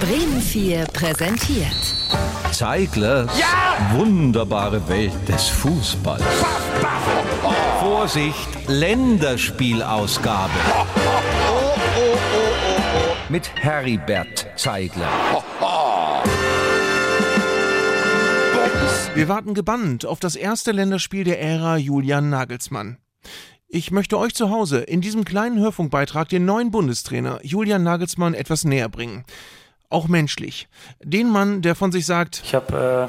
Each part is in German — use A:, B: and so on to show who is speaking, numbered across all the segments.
A: Bremen 4 präsentiert.
B: Zeiglers wunderbare Welt des Fußballs. Vorsicht, Länderspielausgabe. Mit Heribert Zeigler.
C: Wir warten gebannt auf das erste Länderspiel der Ära Julian Nagelsmann. Ich möchte euch zu Hause in diesem kleinen Hörfunkbeitrag den neuen Bundestrainer Julian Nagelsmann etwas näher bringen. Auch menschlich. Den Mann, der von sich sagt,
D: Ich habe äh,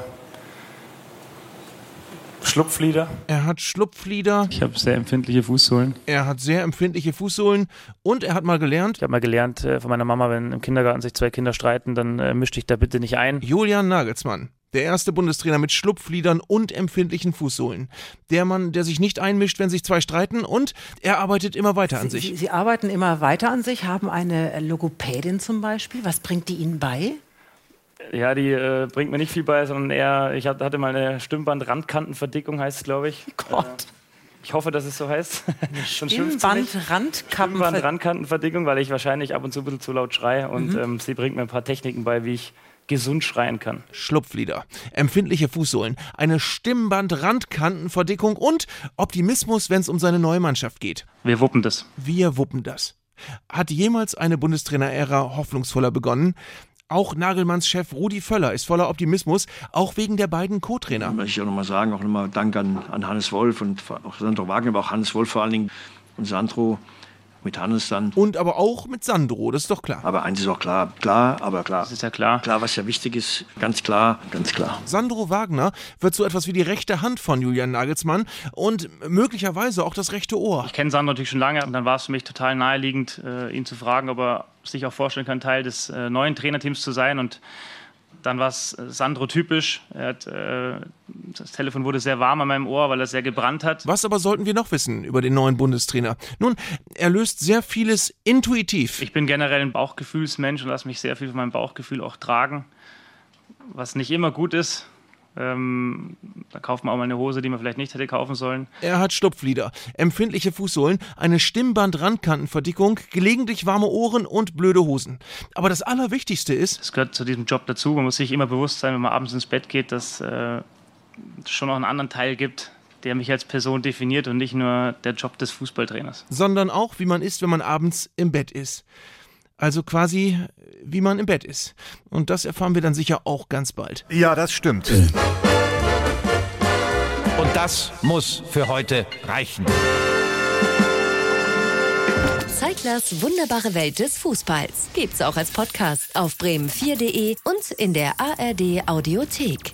D: Schlupflieder.
C: er hat Schlupflieder,
D: Ich habe sehr empfindliche Fußsohlen.
C: er hat sehr empfindliche Fußsohlen und er hat mal gelernt,
D: Ich habe mal gelernt äh, von meiner Mama, wenn im Kindergarten sich zwei Kinder streiten, dann äh, misch dich da bitte nicht ein.
C: Julian Nagelsmann. Der erste Bundestrainer mit Schlupfliedern und empfindlichen Fußsohlen. Der Mann, der sich nicht einmischt, wenn sich zwei streiten und er arbeitet immer weiter an sich.
E: Sie, Sie arbeiten immer weiter an sich, haben eine Logopädin zum Beispiel. Was bringt die Ihnen bei?
D: Ja, die äh, bringt mir nicht viel bei, sondern eher, ich hat- hatte mal eine Stimmband-Randkantenverdickung, heißt es, glaube ich.
E: Gott.
D: Ich hoffe, dass es so heißt. Schon schimpft sie nicht.
E: Stimmband, Randkappen.
D: Stimmband-Randkantenverdickung, weil ich wahrscheinlich ab und zu ein bisschen zu laut schreie. Und ähm, sie bringt mir ein paar Techniken bei, wie ich gesund schreien kann.
C: Schlupflieder, empfindliche Fußsohlen, eine Stimmband-Randkantenverdickung und Optimismus, wenn es um seine neue Mannschaft geht.
D: Wir wuppen das.
C: Wir wuppen das. Hat jemals eine Bundestrainer-Ära hoffnungsvoller begonnen? Auch Nagelmanns Chef Rudi Völler ist voller Optimismus, auch wegen der beiden Co-Trainer.
F: möchte ich auch nochmal sagen, auch nochmal Dank an, an Hannes Wolf und auch Sandro Wagner, aber auch Hannes Wolf vor allen Dingen und Sandro mit Hannes dann.
C: Und aber auch mit Sandro, das ist doch klar.
F: Aber eins ist auch klar, klar, aber klar.
D: Das ist ja klar.
F: Klar, was ja wichtig ist, ganz klar, ganz klar.
C: Sandro Wagner wird so etwas wie die rechte Hand von Julian Nagelsmann und möglicherweise auch das rechte Ohr.
D: Ich kenne Sandro natürlich schon lange und dann war es für mich total naheliegend, äh, ihn zu fragen, ob er sich auch vorstellen kann, Teil des äh, neuen Trainerteams zu sein. Und dann war es äh, Sandro typisch. Er hat, äh, das Telefon wurde sehr warm an meinem Ohr, weil er sehr gebrannt hat.
C: Was aber sollten wir noch wissen über den neuen Bundestrainer? Nun, er löst sehr vieles intuitiv.
D: Ich bin generell ein Bauchgefühlsmensch und lasse mich sehr viel von meinem Bauchgefühl auch tragen, was nicht immer gut ist. Ähm, da kauft man auch mal eine Hose, die man vielleicht nicht hätte kaufen sollen.
C: Er hat Schlupflieder, empfindliche Fußsohlen, eine Stimmband-Randkantenverdickung, gelegentlich warme Ohren und blöde Hosen. Aber das Allerwichtigste ist,
D: das gehört zu diesem Job dazu. Man muss sich immer bewusst sein, wenn man abends ins Bett geht, dass äh, es schon noch einen anderen Teil gibt, der mich als Person definiert und nicht nur der Job des Fußballtrainers.
C: sondern auch, wie man ist, wenn man abends im Bett ist. Also quasi, wie man im Bett ist. Und das erfahren wir dann sicher auch ganz bald.
G: Ja, das stimmt.
B: Und das muss für heute reichen.
A: Zeiglers wunderbare Welt des Fußballs. Gibt's auch als Podcast auf bremen4.de und in der ARD Audiothek.